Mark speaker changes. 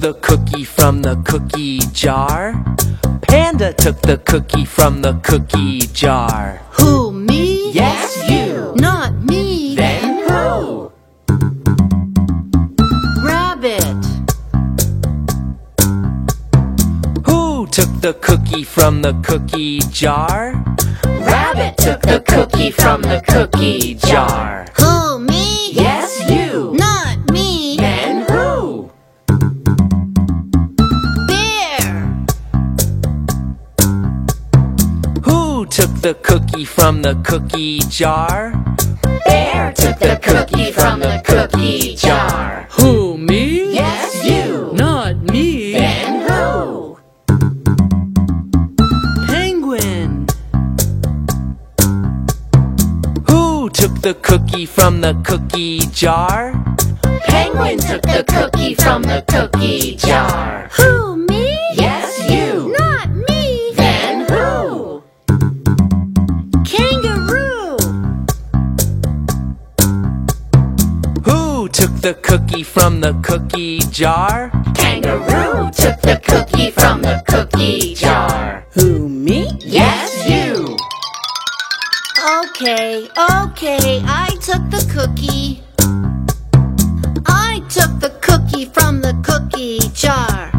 Speaker 1: the cookie from the cookie jar. Panda took the cookie from the cookie jar.
Speaker 2: Who, me?
Speaker 1: Yes, you.
Speaker 2: Not me.
Speaker 1: Then who?
Speaker 2: Rabbit.
Speaker 1: Who took the cookie from the cookie jar? Rabbit took the cookie from the cookie jar.
Speaker 2: Who, me?
Speaker 1: Yes, you.
Speaker 2: Not me.
Speaker 1: Then who?
Speaker 2: Bear.
Speaker 1: Who took the cookie from the cookie jar? Bear took the cookie from the cookie jar.
Speaker 3: Who, me?
Speaker 1: Yes, you.
Speaker 3: Not me.
Speaker 1: Then who?
Speaker 3: Penguin.
Speaker 1: Who took the cookie from the cookie jar? Penguin took the cookie from the cookie jar.
Speaker 2: Who, me?
Speaker 1: Yes, you.
Speaker 2: Not me.
Speaker 1: Then who?
Speaker 2: Kangaroo.
Speaker 1: Who took the cookie from the cookie jar? Kangaroo took the cookie from the cookie jar.
Speaker 3: Who, me?
Speaker 1: Yes, you.
Speaker 2: Okay, okay, I took the cookie. I took the cookie from the cookie jar.